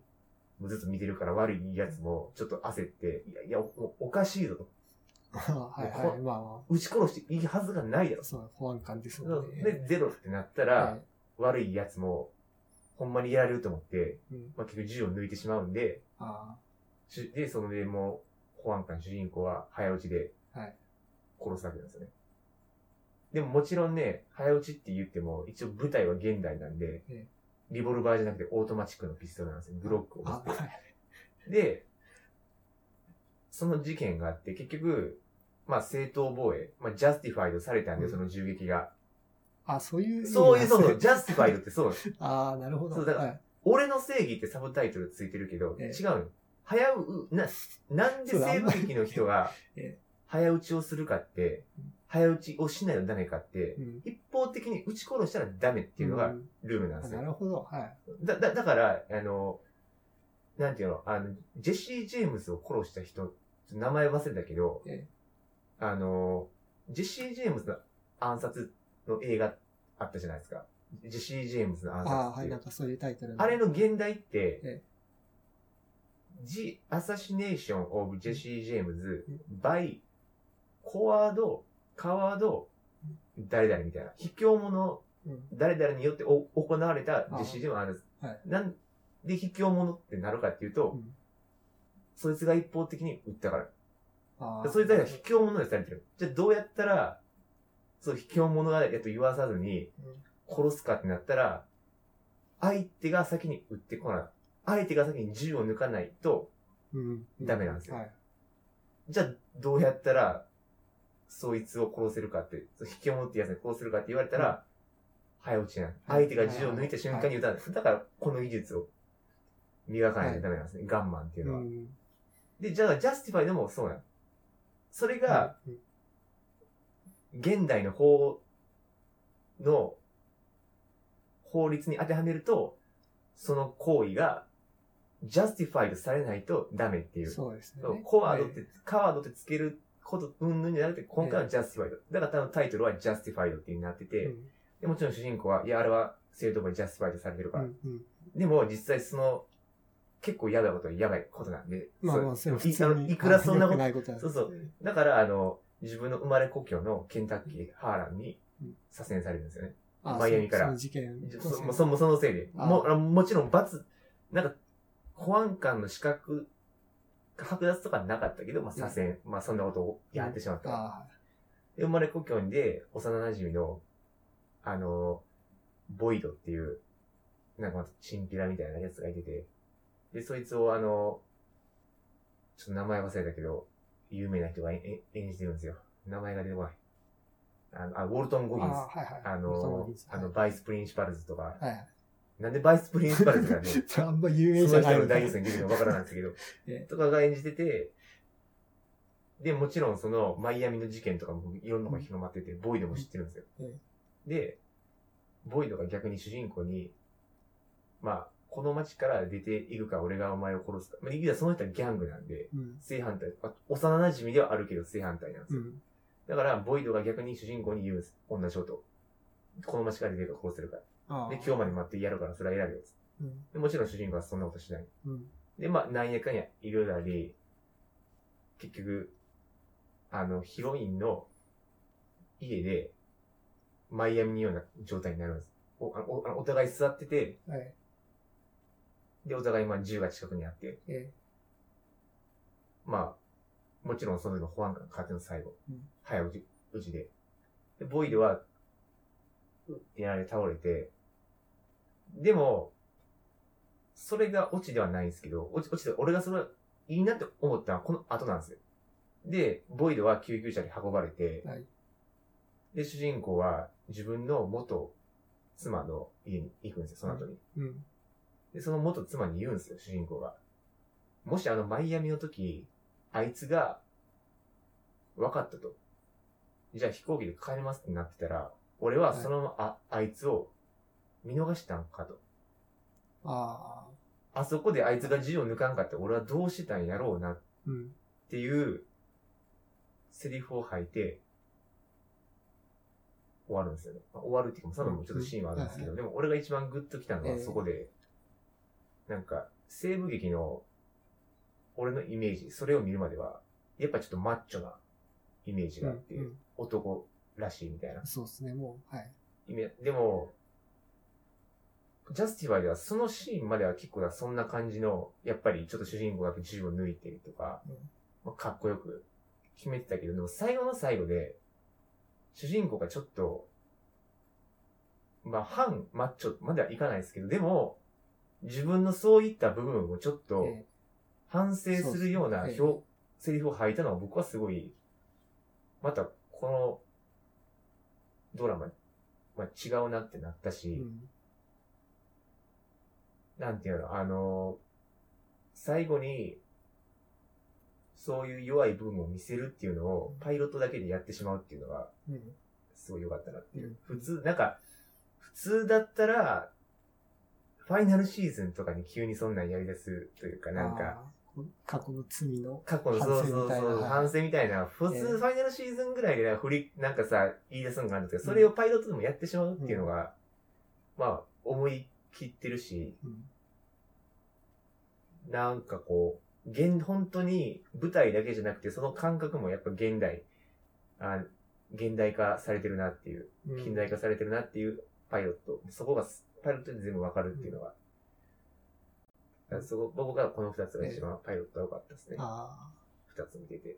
Speaker 1: もうずっと見てるから悪いやつもちょっと焦って、いやいや、おおかしいぞと。
Speaker 2: ああ はいはい。まあま
Speaker 1: 撃ち殺していいはずがないだ
Speaker 2: あ、
Speaker 1: ろ。
Speaker 2: そう、保安官ですもんね。
Speaker 1: で、ゼロってなった
Speaker 2: は
Speaker 1: ら、
Speaker 2: い
Speaker 1: 悪いやつも、ほんまにやられると思って、
Speaker 2: うん
Speaker 1: まあ結局銃を抜いてしまうんで、
Speaker 2: あ
Speaker 1: しで、そのでもう、保安官主人公は早打ちで
Speaker 2: はい、
Speaker 1: 殺すわけなんですよね。でももちろんね、早打ちって言っても、一応舞台は現代なんで、
Speaker 2: ええ
Speaker 1: リボルバーじゃなくてオートマチックのピストルなんですよ。ブロックを
Speaker 2: あ、
Speaker 1: 持
Speaker 2: あはい。
Speaker 1: つ。で、その事件があって、結局、まあ正当防衛、まあジャスティファイドされたんで、
Speaker 2: うん
Speaker 1: その銃撃が。
Speaker 2: あ、そういう意味なんですね。
Speaker 1: そういう、そうそう、ジャスティファイドってそう。
Speaker 2: ああ、なるほど。
Speaker 1: そうだから
Speaker 2: はい
Speaker 1: 俺の正義ってサブタイトルついてるけど、
Speaker 2: ええ
Speaker 1: 違うの。早う、な、なんで
Speaker 2: そうだ
Speaker 1: 西部劇の人が
Speaker 2: ええ、
Speaker 1: 早打ちをするかって
Speaker 2: うん、
Speaker 1: 早打ちをしないとダメかって
Speaker 2: う、ん。っ
Speaker 1: 一方的に撃ち殺したらダメっていうのがルールなんです
Speaker 2: な
Speaker 1: よ。
Speaker 2: るほど。はい。
Speaker 1: だ、だ、だから、あの、なんていうの、あの、ジェシー・ジェームスを殺した人、名前忘れたけど
Speaker 2: ええ、
Speaker 1: あの、ジェシー・ジェームスの暗殺の映画あったじゃないですか。ジェシー・ジェームスの暗
Speaker 2: あ
Speaker 1: 殺っ
Speaker 2: あ、
Speaker 1: て
Speaker 2: はいい。
Speaker 1: う
Speaker 2: なんかそういうタイトルの
Speaker 1: あれの現代って、
Speaker 2: え
Speaker 1: The Assassination of Jesse James
Speaker 2: うん
Speaker 1: by コワード、カワード
Speaker 2: うん、
Speaker 1: 誰々みたいな。卑怯者、
Speaker 2: うん
Speaker 1: 誰々によってお行われたジェシー・ジェームズ
Speaker 2: はい
Speaker 1: なんで卑怯者ってなるかっていうと、
Speaker 2: うん
Speaker 1: そいつが一方的に売ったから。
Speaker 2: あ
Speaker 1: そいつは卑怯者にされてる。じゃあどうやったら、そう卑怯者が、えっと、言わさずに
Speaker 2: うん、
Speaker 1: 殺すかってなったら、相手が先に撃ってこない。相手が先に銃を抜かないと、
Speaker 2: うん。
Speaker 1: ダメなんですよ
Speaker 2: はい。
Speaker 1: じゃあどうやったら、そいつを殺せるかって、その卑怯者ってやつに殺せるかって言われたら、早落ちない。相手が銃を抜いた瞬間に撃たない。だから、この技術を磨かないとダメなんですね。ガンマンっていう
Speaker 2: う
Speaker 1: のは。
Speaker 2: ん。
Speaker 1: で、じゃあ、ジャスティファイでもそうなの。それが、
Speaker 2: うん、
Speaker 1: 現代の法の法律に当てはめると、その行為がジャスティファイドされないとダメっていう。
Speaker 2: そうですね。
Speaker 1: コワードっ
Speaker 2: え
Speaker 1: て、カワードってつけること、うんぬんじゃなくて、今回はジャスティファイド。だから多分タイトルはジャスティファイドってなって
Speaker 2: え、う
Speaker 1: て、
Speaker 2: ん
Speaker 1: でもちろん主人公は、いや、あれは正当にジャスティファイドされてるから。
Speaker 2: うんうん。
Speaker 1: でも実際その、結構やばいことはやばいことなんで。
Speaker 2: まあまあ、そ
Speaker 1: そ
Speaker 2: れ
Speaker 1: う
Speaker 2: は普通
Speaker 1: いあの
Speaker 2: に。
Speaker 1: いくらそんな
Speaker 2: 良
Speaker 1: こと
Speaker 2: くないことなんです
Speaker 1: そう
Speaker 2: う。
Speaker 1: だから、あの、自分の生まれ故郷のケンタッキー、ハーランに
Speaker 2: うん
Speaker 1: 左遷されるんですよね。
Speaker 2: あ
Speaker 1: マイアミから
Speaker 2: その事件。
Speaker 1: そそもそもそのせいで。
Speaker 2: あ
Speaker 1: もあもちろん罰、なんか、保安官の資格、剥奪とかなかったけど、まあ左遷、まあそんなことをやってしまった。
Speaker 2: あ
Speaker 1: で、生まれ故郷で、幼馴染の、あの、ボイドっていう、なんかまたチンピラみたいなやつがいてて、で、そいつをあの、ちょっと名前忘れたけど、有名な人がええ演じてるんですよ。名前が出てこない。あの、あウォルトン・
Speaker 2: あ。
Speaker 1: ゴ
Speaker 2: あ
Speaker 1: ギンス。
Speaker 2: あ、はいはい。
Speaker 1: あ
Speaker 2: ウォルトンゴ
Speaker 1: の
Speaker 2: ギンス、
Speaker 1: あの、バイス・プリンシパルズとか、
Speaker 2: はいはい。
Speaker 1: なんでバイス・プリンシパルズ がね、
Speaker 2: ちょっとあんま有名
Speaker 1: そ
Speaker 2: じ
Speaker 1: の人
Speaker 2: ゃない
Speaker 1: の
Speaker 2: の
Speaker 1: 大ニュ
Speaker 2: で
Speaker 1: ースに出てるのわからないんですけど
Speaker 2: え、
Speaker 1: とかが演じてて、で、もちろんその、マイアミの事件とかもいろんなのが広まってて、ボイドも知ってるんですよ
Speaker 2: え。
Speaker 1: で、ボイドが逆に主人公に、まあ、この街から出ていくか、俺がお前を殺すか。まあ、いやその人はギャングなんで、
Speaker 2: うん。
Speaker 1: 正反対。まあ幼馴染ではあるけど正反対なんです
Speaker 2: う
Speaker 1: よ。
Speaker 2: ん。
Speaker 1: だから、ボイドが逆に主人公に言うんです。同じことを。この街から出ていくか殺せるか。
Speaker 2: ああ。
Speaker 1: で、今日まで待ってやるから、それは選べよ。
Speaker 2: うん。
Speaker 1: でもちろん主人公はそんなことしない。
Speaker 2: うん。
Speaker 1: で、まあ、なんやかんや、いろいろあり、結局、あの、ヒロインの家で、マイアミのような状態になるんです。お、あのおあのお互い座ってて、
Speaker 2: はい。
Speaker 1: で、お互いまあ銃が近くにあって、
Speaker 2: え
Speaker 1: まあ、もちろんその時の保安官勝手の最後、
Speaker 2: うん
Speaker 1: 早打ち、打ちで。で、ボイドは、やられ倒れて、でも、それがオチではないんですけど、オチ、オチで、俺がそれいいなって思ったのはこの後なんですよ。で、ボイドは救急車に運ばれて、
Speaker 2: はい
Speaker 1: で、主人公は自分の元妻の家に行くんですよ、その後に。
Speaker 2: え。うん。
Speaker 1: で、その元妻に言うんですよ、主人公が。もしあのマイアミの時、あいつが、分かったと。じゃあ飛行機で帰りますってなってたら、俺はそのまま、あ、あいつを見逃したんかと。
Speaker 2: ああ。
Speaker 1: あそこであいつが銃を抜かんかって俺はどうしてたんやろうなっ
Speaker 2: うん。
Speaker 1: ていう、セリフを吐いて、終わるんですよね。まあ終わるっていうか、そのもちょっとシーンはあるんですけど、
Speaker 2: う
Speaker 1: でも俺が一番グッときたの
Speaker 2: え
Speaker 1: は
Speaker 2: え
Speaker 1: そこで、なんか、西部劇の、俺のイメージ、それを見るまでは、やっぱちょっとマッチョなイメージ
Speaker 2: う
Speaker 1: があっ
Speaker 2: ん
Speaker 1: て、
Speaker 2: うん。
Speaker 1: 男らしいみたいな
Speaker 2: そうですね、もう。はい。
Speaker 1: イメージ。でも、ジャスティファイではそのシーンまでは結構そんな感じの、やっぱりちょっと主人公が銃を抜いてるとか、
Speaker 2: うん
Speaker 1: まあかっこよく決めてたけど、でも最後の最後で、主人公がちょっと、まあ反マッチョまではいかないですけど、でも、自分のそういった部分をちょっと
Speaker 2: え
Speaker 1: 反省するような
Speaker 2: そうです
Speaker 1: 表、
Speaker 2: ね
Speaker 1: セリフを吐いたのは僕はすごい、またこのドラマ、まあ、違うなってなったし、
Speaker 2: えうん。
Speaker 1: なんていうの、あの最後に、そういう弱い部分を見せるっていうのを、パイロットだけでやってしまうっていうのが、
Speaker 2: うん。
Speaker 1: すごい良かったなっていう。
Speaker 2: う
Speaker 1: 普
Speaker 2: ん
Speaker 1: 通、なんか、普通だったら、ファイナルシーズンとかに急にそんなんやり出すというか、なんか、
Speaker 2: あー。こ過去の罪の。
Speaker 1: 過去のそうそう
Speaker 2: 反省みたいな
Speaker 1: そう、
Speaker 2: は
Speaker 1: 反省みた
Speaker 2: い
Speaker 1: いな、普
Speaker 2: ええ
Speaker 1: 通ファイナルシーズンぐらいでな、振り、なんかさ、言い出すのがあるんですけど、それをパイロットでもやってしまうっていうのが、まあ、思い切ってるし、
Speaker 2: うん。
Speaker 1: なんかこう、現、本当に舞台だけじゃなくて、その感覚もやっぱ現代、あ現代化されてるなっていう、
Speaker 2: うん
Speaker 1: 近代化されてるなっていうパイロット。そこがす、パイロットで全部わかるっていうのは、からそこ、僕はこの二つが一番パイロットは良かったですね。
Speaker 2: あ
Speaker 1: 二つ見てて。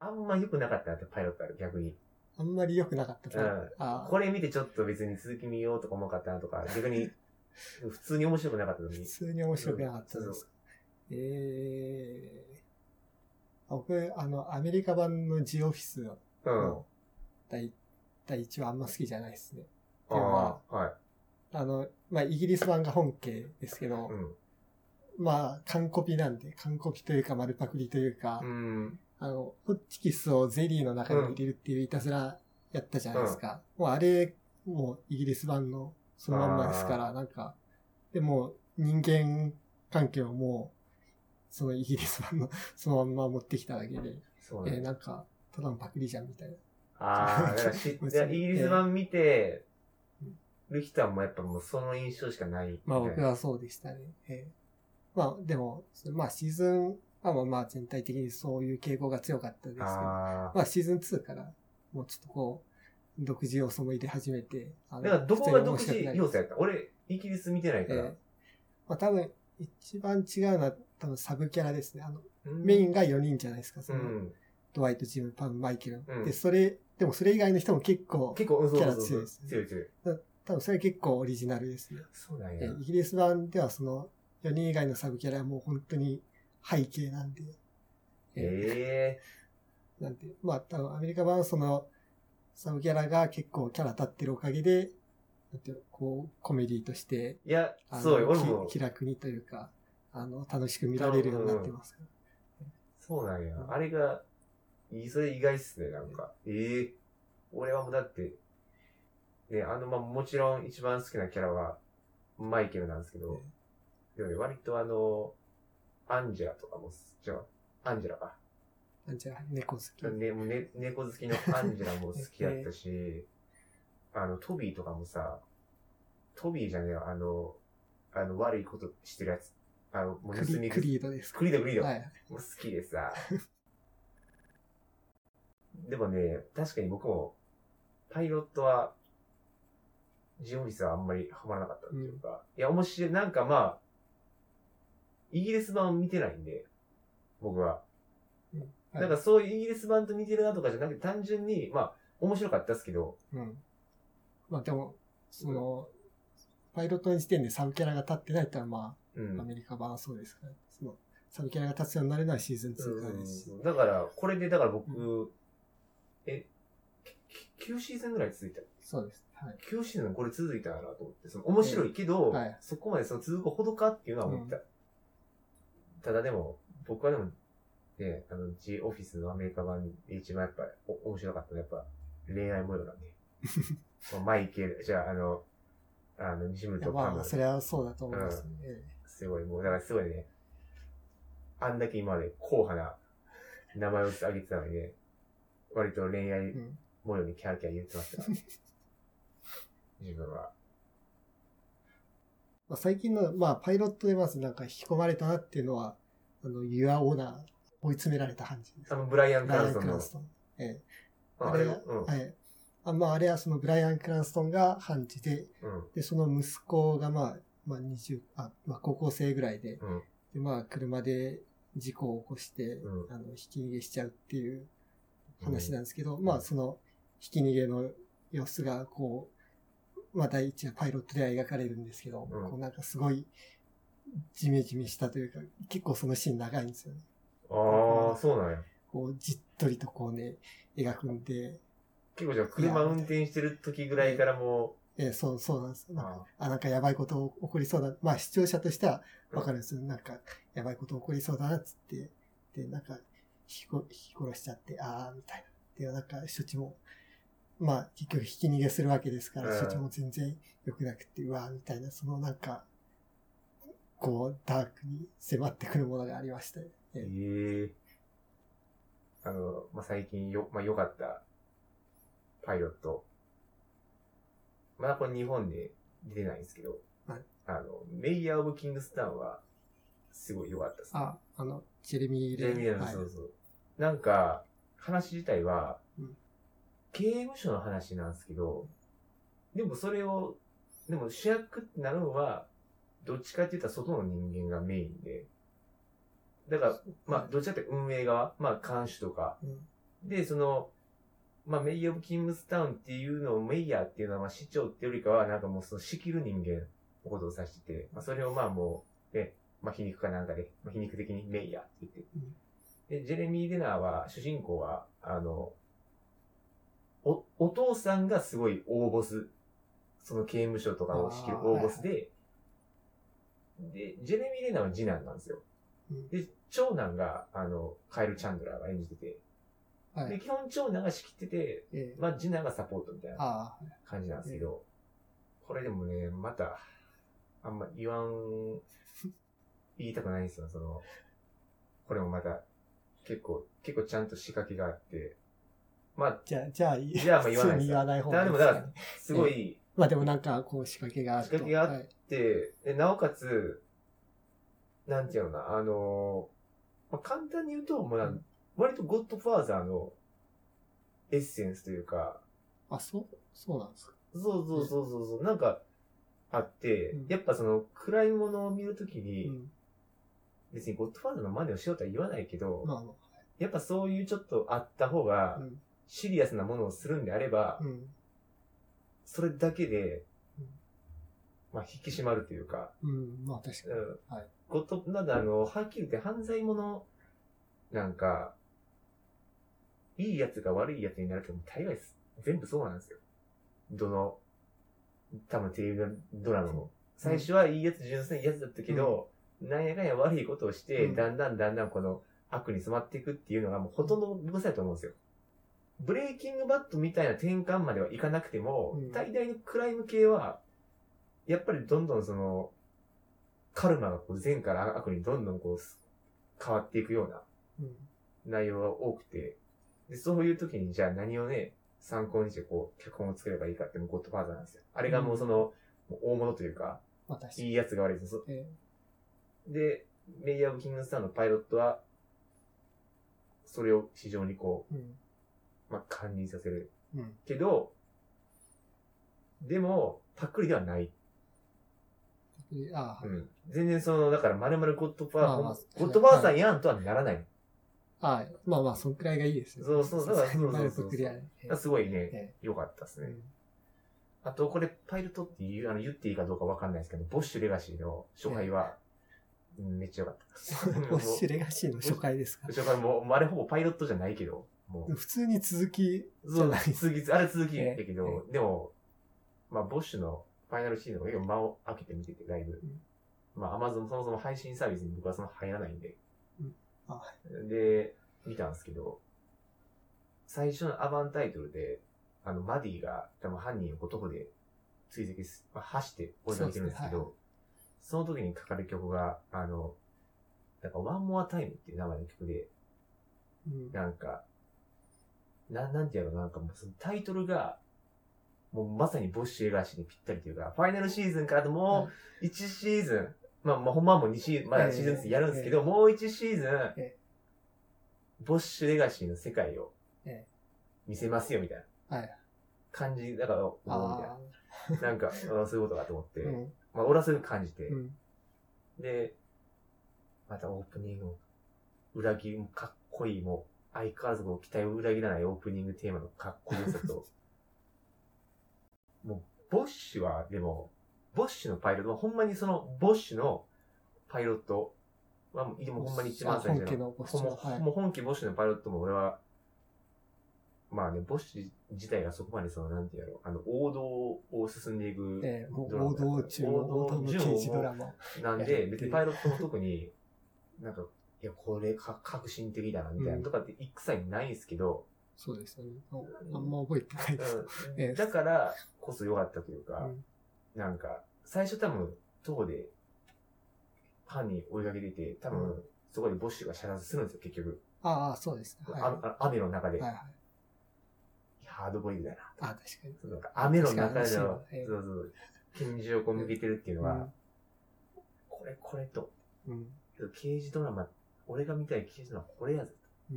Speaker 1: あんま良くなかったなって、パイロットある、逆に。
Speaker 2: あ、あんまり良くなかった。
Speaker 1: うん
Speaker 2: ああ、
Speaker 1: これ見てちょっと別に続き見ようとか思わなかったなと か、逆に、普通に面白くなかったの
Speaker 2: 普
Speaker 1: に。
Speaker 2: 通に面白くなかった
Speaker 1: うん
Speaker 2: で
Speaker 1: そ
Speaker 2: す。ええ僕、あの、アメリカ版のジオフィス
Speaker 1: うん。
Speaker 2: の第,、第1話あんま好きじゃないですね。
Speaker 1: ああー、はい。
Speaker 2: あの、まあ、イギリス版が本家ですけど、
Speaker 1: うん。
Speaker 2: まあ、完コピなんで、完コピというか丸パクリというか、
Speaker 1: うん。
Speaker 2: あの、ホッチキスをゼリーの中に入れるっていういたずらやったじゃないですか。もうあれ、もうイギリス版のそのまんまですから、なんか、でも人間関係をもう、そのイギリス版のそのまんま持ってきただけで、
Speaker 1: そう
Speaker 2: え
Speaker 1: ね
Speaker 2: ー。なんか、ただのパクリじゃんみたいな。
Speaker 1: ああ、だから しいやイギリス版見て
Speaker 2: うん
Speaker 1: る人はもうやっぱもうその印象しかないみたいな。
Speaker 2: まあ僕はそうでしたね。えーまあでも、そまあシーズンはまあまあ全体的にそういう傾向が強かったですけど、
Speaker 1: あ
Speaker 2: まあシーズン2からもうちょっとこう、独自要素も入れ始めて、あ
Speaker 1: あ。
Speaker 2: の
Speaker 1: だからどこが独
Speaker 2: 普通
Speaker 1: 自
Speaker 2: に面白くなり
Speaker 1: 要素やった俺、イギリス見てないから。
Speaker 2: ええまあ多分、一番違うのは多分サブキャラですね。あの、
Speaker 1: うん
Speaker 2: メインが4人じゃないですか。そうの、
Speaker 1: ん。
Speaker 2: ドワイト、ジム、パン、マイケル。
Speaker 1: うん
Speaker 2: で、それ、でもそれ以外の人も結構、
Speaker 1: 結構、うんそうそう
Speaker 2: キャラ強いです
Speaker 1: そう。
Speaker 2: ね
Speaker 1: 強い強い。
Speaker 2: 多分それ結構オリジナルですね。
Speaker 1: そうなん
Speaker 2: え
Speaker 1: や。
Speaker 2: イギリス版ではその、4人以外のサブキャラはもう本当に背景なんで。
Speaker 1: ええ。
Speaker 2: なんて、まあ多分アメリカ版はその、サブキャラが結構キャラ立ってるおかげで、なんていうのこう、コメディとして、
Speaker 1: いや
Speaker 2: あ、の
Speaker 1: そうよ、俺
Speaker 2: き
Speaker 1: も。
Speaker 2: 気楽にというか、あの、楽しく見られるようになってますから。
Speaker 1: そうなんや。あれが、いそれ意外っすね、なんか。ええ俺はもうだって、ね、あの、まあ、もちろん一番好きなキャラは、マイケルなんですけど、でもね割とあの、アンジェラとかも、じゃアンジェラか。
Speaker 2: なんちゃら猫好き。
Speaker 1: ね、もうね、猫好きのアンジェラも好きやった し、あの、トビーとかもさ、トビーじゃねえよ、あの、あの、悪いことしてるやつ。あの、もう
Speaker 2: ク
Speaker 1: 盗
Speaker 2: リ
Speaker 1: み
Speaker 2: ク
Speaker 1: 食い。
Speaker 2: リードですか
Speaker 1: クリード、クリード。
Speaker 2: はい。
Speaker 1: もう好きでさ。 でもね、確かに僕も、パイロットは、ジオフィスはあんまりハマらなかったっていうか、いや、面白い、なんかまあ、イギリス版を見てないんで、僕は。
Speaker 2: はい
Speaker 1: なんかそういうイギリス版と似てるなとかじゃなくて、単純に、まあ、面白かったですけど、
Speaker 2: うん。まあでも、その、パイロットの時点でサブキャラが立ってないってのは、ま
Speaker 1: う
Speaker 2: あ、ア
Speaker 1: ん。
Speaker 2: メリカ版はそうですから、その、サブキャラが立つようになるのはシーズン2からですし、
Speaker 1: うんだから、これで、だから僕、え、9シーズンぐらい続いた
Speaker 2: そうです。はい。
Speaker 1: 9シーズンこれ続いたんやなと思って、その面白いけど、
Speaker 2: ええはい
Speaker 1: そこまでその続くほどかっていうのは思った。ただでも、僕はでも、ね、あの、G オフィスのアメリカ版で一番やっぱお面白かったのはやっぱ恋愛模様 なんで。まあマイケル、じゃああの、あの、ジム
Speaker 2: いや
Speaker 1: とパ
Speaker 2: ま
Speaker 1: ム
Speaker 2: あ、それはそうだと思いますね。ええ
Speaker 1: すごい、もう、だからすごいね、あんだけ今まで硬派な名前を挙げてたのにね、割と恋愛
Speaker 2: うん
Speaker 1: 模様にキャーキャー言ってま したからね。自分は。
Speaker 2: まあ、最近の、まあ、パイロットでまずなんか引き込まれたなっていうのは、あの、ユアオーナー、追い詰められた感じです
Speaker 1: あ。の、ブライアン・ク
Speaker 2: ブ
Speaker 1: ラ
Speaker 2: ラ
Speaker 1: ン
Speaker 2: イアン・
Speaker 1: ソン
Speaker 2: クラ
Speaker 1: の
Speaker 2: ン。ストン。ええ
Speaker 1: ああ
Speaker 2: あ
Speaker 1: れ
Speaker 2: れ
Speaker 1: うん。
Speaker 2: はい。あまあ、あれはそのブライアン・クランストンが判事で、
Speaker 1: うん。
Speaker 2: で、その息子がまあ、まあ20、あ、まあ高校生ぐらいで、
Speaker 1: うん
Speaker 2: で、まあ車で事故を起こして、
Speaker 1: うん
Speaker 2: あの、ひき逃げしちゃうっていう話なんですけど、まあその、ひき逃げの様子がこう、まあ第一話パイロットでは描かれるんですけど、
Speaker 1: うん
Speaker 2: こうなんかすごい、じめじめしたというか、結構そのシーン長いんですよね。
Speaker 1: ああ、そうなんや。
Speaker 2: こう、じっとりとこうね、描くんで、
Speaker 1: 結構じゃあ、車運転してる時ぐらいからも
Speaker 2: えーそう、そうなんです。
Speaker 1: う、
Speaker 2: なんか
Speaker 1: あ
Speaker 2: あ、なんかやばいこと起こりそうだ。まあ視聴者としてはわかるんですよ。なんか、やばいこと起こりそうだなっつって、で、なんか、ひこ、ひき殺しちゃって、ああ、みたいな。で、なんか、処置も、まあ、結局、ひき逃げするわけですか
Speaker 1: う
Speaker 2: ら、
Speaker 1: ん
Speaker 2: 処置も全然良くなくて、うわーみたいな、そのなんか、こう、ダークに迫ってくるものがありましたよ
Speaker 1: ええ
Speaker 2: ね。
Speaker 1: あの、まあ、最近よ、まあ、良かった、パイロット。まだこれ日本で出てないんですけど、
Speaker 2: はい
Speaker 1: あの、メイヤー・オブ・キングスタンは、すごい良かったですね。
Speaker 2: あ、あの、ジェレミー・
Speaker 1: ジェレミー・アダム
Speaker 2: は
Speaker 1: ズ
Speaker 2: い
Speaker 1: そうそう。なんか、話自体は、
Speaker 2: うん
Speaker 1: 刑務所の話なんですけど、でもそれを、でも主役ってなるのは、どっちかって言ったら外の人間がメインで、だから、まあ、どっちかって運営側、まあ、監視とか、
Speaker 2: うん
Speaker 1: で、その、まあ、メイヤー・オブ・キングスタウンっていうのを、メイヤーっていうのは、まあ、市長ってよりかは、なんかもう、その、仕切る人間のことを指してて、まあ、それをまあ、もう、ね、まあ、皮肉かなんかで、まあ、皮肉的にメイヤーって言って。で、ジェレミー・デナーは、主人公は、あの、お、お父さんがすごい大ボス、その刑務所とかを仕切る大ボスで、で、ジェレミー・デナーは次男なんですよ。
Speaker 2: うん
Speaker 1: で、長男が、あの、カエル・チャンドラーが演じてて、
Speaker 2: は
Speaker 1: で、
Speaker 2: い。
Speaker 1: 基本長男が仕切ってて、
Speaker 2: ええ
Speaker 1: まあ、次男がサポートみたいな
Speaker 2: ああ、
Speaker 1: 感じなんですけど、これでもね、また、あんま言わん、言いたくないんですよ、その、これもまた、結構、結構ちゃんと仕掛けがあって、まあ、
Speaker 2: じゃあ、じゃあいい、
Speaker 1: じゃあまあ言わない
Speaker 2: 普
Speaker 1: です
Speaker 2: 通
Speaker 1: よ
Speaker 2: に言わない方がいい
Speaker 1: だから
Speaker 2: で
Speaker 1: ですも
Speaker 2: かね。
Speaker 1: すごい、
Speaker 2: まあでもなんか、こう仕掛けがあると。
Speaker 1: 仕掛けがあっ
Speaker 2: はい
Speaker 1: で、でなおかつ、なんていうのかな、あのーまあ、簡単に言うと、もうな
Speaker 2: うん
Speaker 1: 割とゴッドファーザーのエッセンスというか、
Speaker 2: あ、そう、そうなんですか。
Speaker 1: そうそうそうそうそう、なんかあって、
Speaker 2: うん
Speaker 1: やっぱその暗いものを見るときに、
Speaker 2: うん。
Speaker 1: 別にゴッドファーザーの真似をしようとは言わないけど、
Speaker 2: まあま
Speaker 1: やっぱそういうちょっとあった方
Speaker 2: あ、
Speaker 1: が
Speaker 2: う、ん。
Speaker 1: シリアスなものをするんであれば、
Speaker 2: うん。
Speaker 1: それだけで
Speaker 2: うん、
Speaker 1: まあ引き締まるというか、
Speaker 2: うん。まあ確かに。
Speaker 1: うん
Speaker 2: はい
Speaker 1: ゴッド、なんだあの、はっきり言って犯罪者、なんか、いいやつが悪いやつになるけど、大概す全部そうなんですよ。どの、多分テレビドラマも。最初はいいやつ、純粋なやつだったけど、なんやかんや悪いことをして、
Speaker 2: うん
Speaker 1: だんだんだんだんこの悪に染まっていくっていうのがもうほとんど僕さやと思うんですよ。ブレイキングバットみたいな転換まではいかなくても、
Speaker 2: うん
Speaker 1: 大体のクライム系は、やっぱりどんどんその、カルマがこう善から悪にどんどんこうす変わっていくような
Speaker 2: うん。
Speaker 1: 内容が多くて、で、そういう時にじゃあ何をね、参考にしてこう、脚本を作ればいいかってもうゴッドファーザーなんですよ。あれがもうその、もう大物というか、
Speaker 2: まあ確か
Speaker 1: い
Speaker 2: に。
Speaker 1: いやつが悪いです。そ
Speaker 2: え
Speaker 1: で、メイヤー・オブ・キングスターのパイロットは、それを非常にこ
Speaker 2: えうん。
Speaker 1: う、まあ、感じさせる。
Speaker 2: うん。
Speaker 1: けど、でも、パクリではない。
Speaker 2: でああ、
Speaker 1: うん。全然その、だから、まるまるゴッドファー、
Speaker 2: まあまあ
Speaker 1: ゴッドファーザーやんとはならない。
Speaker 2: はい。まあまあ、そんくらいがいいですね。
Speaker 1: そうそうだから
Speaker 2: さすがに
Speaker 1: そうそうそう
Speaker 2: 丸くクリアねえ
Speaker 1: すごいね、
Speaker 2: え
Speaker 1: 良かったです
Speaker 2: えう
Speaker 1: ね。
Speaker 2: ん
Speaker 1: あと、これ、パイロットっていう、あの、言っていいかどうかわかんないですけど、ボッシュレガシーの初回は、うんめっちゃ良かった。
Speaker 2: ウォッシュレガシーの初回ですか
Speaker 1: もう初回も、もうあれほぼパイロットじゃないけど、も
Speaker 2: 普通に続き、
Speaker 1: う、そう、
Speaker 2: じゃない
Speaker 1: 続き、あれ続きだけ
Speaker 2: え
Speaker 1: ど、でも、まあ、ボッシュのファイナルシーズンも結構間を空けて見てて、だいぶ
Speaker 2: うん。
Speaker 1: まあ、アマゾン、そもそも配信サービスに僕はその入らないんで
Speaker 2: うんあ。
Speaker 1: で、見たんですけど、最初のアバンタイトルで、あの、マディが多分犯人を男で追跡す、まあ、走って追いかけてるんですけ
Speaker 2: そうですねは
Speaker 1: ど、その時にかかる曲が、あの、なんか、ワンモアタイムっていう名前の曲で、
Speaker 2: うん
Speaker 1: なんか、な、なんていうの、なんかもうそのタイトルが、もうまさにボッシュ映画史にぴったりというか、ファイナルシーズンからともう1シーズン、まあ、まあ、ほんまはもう2シーズン、ま
Speaker 2: え
Speaker 1: だ
Speaker 2: え
Speaker 1: シーズンずつやるんですけど、もう1シーズン
Speaker 2: え、
Speaker 1: ボッシュレガシーの世界を
Speaker 2: え
Speaker 1: 見せますよ、みたいな。
Speaker 2: はい
Speaker 1: 感じ、だから、おーみたい
Speaker 2: あ
Speaker 1: な。なんか、あーそういうことかと思って、
Speaker 2: ーうん
Speaker 1: まあ、俺はそういうの感じて、
Speaker 2: うん
Speaker 1: で、またオープニングを裏切りもかっこいい、もう相変わらずこう期待を裏切らないオープニングテーマのかっこよさと、 もう、ボッシュは、でも、ボッシュのパイロットは、ほんまにその、ボッシュのパイロットは、もうでもほんまに一番最初
Speaker 2: あ本家のボッシュ
Speaker 1: ほんま
Speaker 2: はい
Speaker 1: もう本家ボッシュのパイロットも俺は、まあね、ボッシュ自体がそこまでその、なんていうやろ、あの、王道を進んでいく
Speaker 2: ええも
Speaker 1: ドラマ
Speaker 2: う王道中の王道の刑事ドラマ。
Speaker 1: なんで
Speaker 2: やっ、て
Speaker 1: 別にパイロットも特に、なんか、いや、これか革新的だな、みたいなとかって一切ないんですけど、
Speaker 2: そうですよね。ああんま覚えてないです。
Speaker 1: うん
Speaker 2: ええ
Speaker 1: だからこそ良かったというか、
Speaker 2: うん
Speaker 1: なんか、最初多分、塔で、犯人追いかけてて、多
Speaker 2: う
Speaker 1: 分、そこでボッシュが射殺するんですよ、結局。
Speaker 2: ああ、そうですね。はい。
Speaker 1: あ
Speaker 2: は
Speaker 1: あ雨の中で。
Speaker 2: いはい。
Speaker 1: ハードボイルだな。
Speaker 2: あ確かに。
Speaker 1: そうなんか雨の中での、
Speaker 2: 確かに
Speaker 1: そう
Speaker 2: ええ
Speaker 1: そう、拳銃をこう向けてるっていうのは、これこれと、
Speaker 2: うん。
Speaker 1: 刑事ドラマ、俺が見たい刑事ドラマこれやぞ。
Speaker 2: う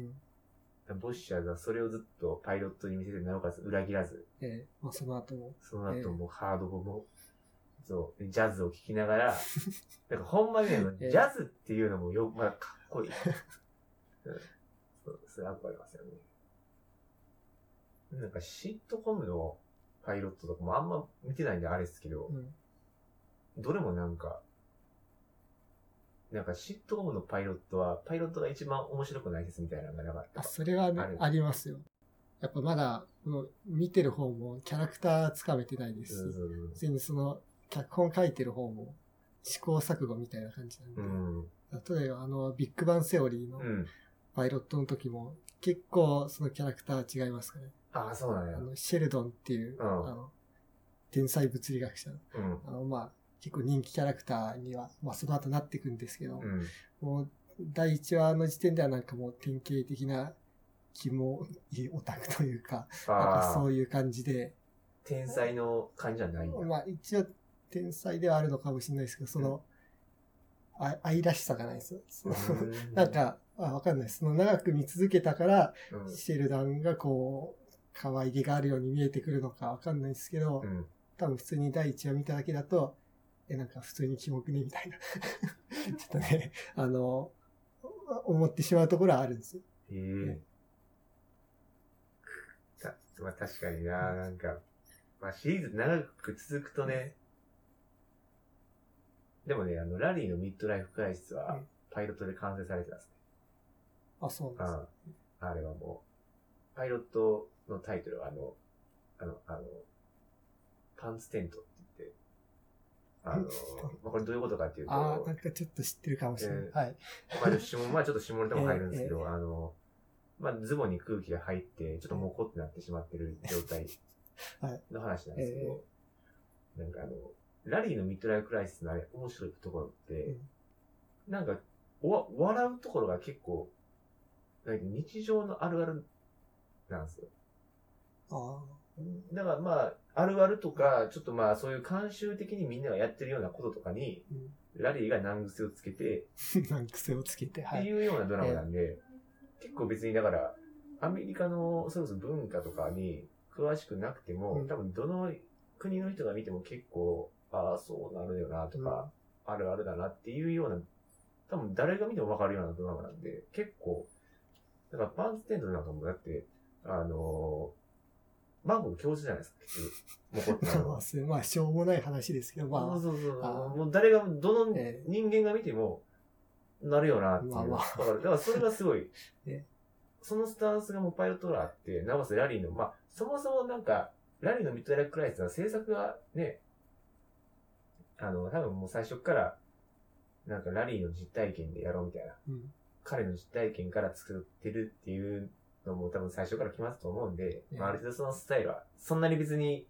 Speaker 2: ん。
Speaker 1: ボッシャーがそれをずっとパイロットに見せて、なおかつ裏切らず、
Speaker 2: ええまあその後も。
Speaker 1: その後もハードボもそう、ジャズを聴きなが ら、なんかほんまにね、あのジ
Speaker 2: ええ
Speaker 1: ャズっていうのもよ、まあ、かっ こいい。うんそう、それ憧れますよね。なんかシットコムのパイロットとかもあんま見てないんであれですけど、
Speaker 2: うん。
Speaker 1: どれもなんか、なんかシットコムのパイロットは、パイロットが一番面白くないですみたいなのがなかった
Speaker 2: あ、。それはね
Speaker 1: ある
Speaker 2: ありますよ。やっぱまだ、この見てる方もキャラクターつかめてないで
Speaker 1: う
Speaker 2: すし、
Speaker 1: ん
Speaker 2: 全然その、脚本書いてる方も試行錯誤みたいな感じなんで
Speaker 1: う、ん。
Speaker 2: 例えばあの、ビッグバンセオリーの
Speaker 1: うん。
Speaker 2: パイロットの時も、結構そのキャラクター違いますからね。
Speaker 1: ああ、そうなんや
Speaker 2: あ。の、シェルドンっていう、
Speaker 1: う
Speaker 2: あ
Speaker 1: ん。
Speaker 2: の、天才物理学者の、
Speaker 1: うん。
Speaker 2: あの、まあ、結構人気キャラクターには、まあ、その後なっていくんですけど、
Speaker 1: うん。
Speaker 2: もう、第1話の時点ではなんかもう典型的な、キモいオタクというか、なんか
Speaker 1: あ
Speaker 2: そ
Speaker 1: あ、
Speaker 2: ういう感じで、
Speaker 1: 天才の感じじゃないんだ。
Speaker 2: まあ一応天才ではあるのかもしれないですけど、その、あ愛らしさがないですよ。その
Speaker 1: うん
Speaker 2: なん、か、あわかんないです。その長く見続けたから、
Speaker 1: うん
Speaker 2: シェルダンがこう、可愛げがあるように見えてくるのかわかんないですけど、
Speaker 1: うん
Speaker 2: 多分普通に第一話見ただけだと、え、なんか普通にキモくねみたいな。 ちょっとね、あの、思ってしまうところはあるんですよ。
Speaker 1: へえたまあ確かにな、なんか、まあシリーズ長く続くとね、でもね、あの、ラリーのミッドライフクライシス
Speaker 2: う
Speaker 1: は
Speaker 2: ん、
Speaker 1: パイロットで完成されてますね。
Speaker 2: あ、そうなんです
Speaker 1: ああれはもう、パイロットのタイトルはあの、あの、あの、パンツテントって言って、あの、まあこれどういうことかっていうと、
Speaker 2: ああ、なんかちょっと知ってるかもしれない。
Speaker 1: え
Speaker 2: はい。
Speaker 1: まあ、下まあちょっと下ネタも入るんですけ
Speaker 2: え
Speaker 1: ど、あの、まあ、ズボンに空気が入って、ちょっともこってなってしまってる状態
Speaker 2: はい
Speaker 1: の話なんですけど、なんかあの、ラリーのミッドライフクライシスのあれ、面白いところって、なんか、おわ、笑うところが結構、なんか日常のあるあるなんですよ。
Speaker 2: ああ、うん
Speaker 1: だからまあ、あるあるとか、ちょっとまあ、そういう慣習的にみんながやってるようなこととかに、
Speaker 2: うん
Speaker 1: ラリーが難癖をつけて、
Speaker 2: なんか癖をつけて、は
Speaker 1: って
Speaker 2: い。
Speaker 1: いうようなドラマなんで、結構別にだから、アメリカのそれこそ文化とかに詳しくなくても、
Speaker 2: うん
Speaker 1: 多分どの国の人が見ても結構、ああ、そうなるよなとか、あるあるだなっていうような、多分誰が見てもわかるようなドラマなんで、結構、だからパンツテントなんかもだって、あのー、マンゴー教授じゃないですか、結局。もこってなるの
Speaker 2: ま
Speaker 1: は
Speaker 2: あ、。すまあ、しょうもない話ですけど、ま
Speaker 1: そうそ
Speaker 2: あ、
Speaker 1: うそう。
Speaker 2: あー
Speaker 1: もう誰が、どの
Speaker 2: ええ
Speaker 1: 人間が見ても、なるよなっていう。
Speaker 2: まあまあ
Speaker 1: だから、だからそれがす ごい
Speaker 2: え。
Speaker 1: そのスタンスがもうパイロットラーあって、なおかつラリーの、まあ、そもそもなんか、ラリーのミッドライフクライスは制作がね、あの、多分もう最初っから、なんかラリーの実体験でやろうみたいな。
Speaker 2: うん、
Speaker 1: 彼の実体験から作ってるっていうのも多分最初から来ますと思うんで、
Speaker 2: ええ
Speaker 1: まあ、ある程度そのスタイルは、そんなに別に、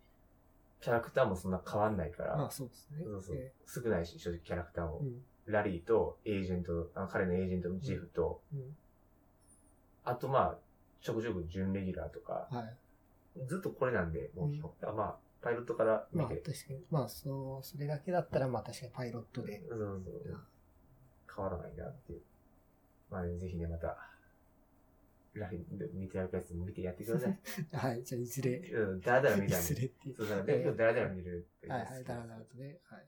Speaker 1: キャラクターもそんな変わんないから、
Speaker 2: まあ、そうですね。
Speaker 1: そうそう
Speaker 2: え。
Speaker 1: 少ないし、正直キャラクター
Speaker 2: え
Speaker 1: も
Speaker 2: う。ん
Speaker 1: ラリーと、エージェント、あの彼のエージェントのジェフと、
Speaker 2: うん
Speaker 1: あとまあ、ちょくちょく準レギュラーとか、
Speaker 2: はい。
Speaker 1: ずっとこれなんで、もう基本、あまあ、パイロットから見
Speaker 2: まあ、
Speaker 1: て
Speaker 2: 確、かに。まあ、そう、それだけだったら、まあ、確かにパイロットで。
Speaker 1: そうそうそう変わらないなっていう。まあ、ね、ぜひね、また、ラリーで見てやるやつも見てやってください。
Speaker 2: はい。じゃあ、いずれ、
Speaker 1: うん、だらだら見
Speaker 2: い
Speaker 1: たいな。
Speaker 2: ずれっていう。
Speaker 1: そうだね、だらだら見る。
Speaker 2: はいはい。だらだらとね。はい。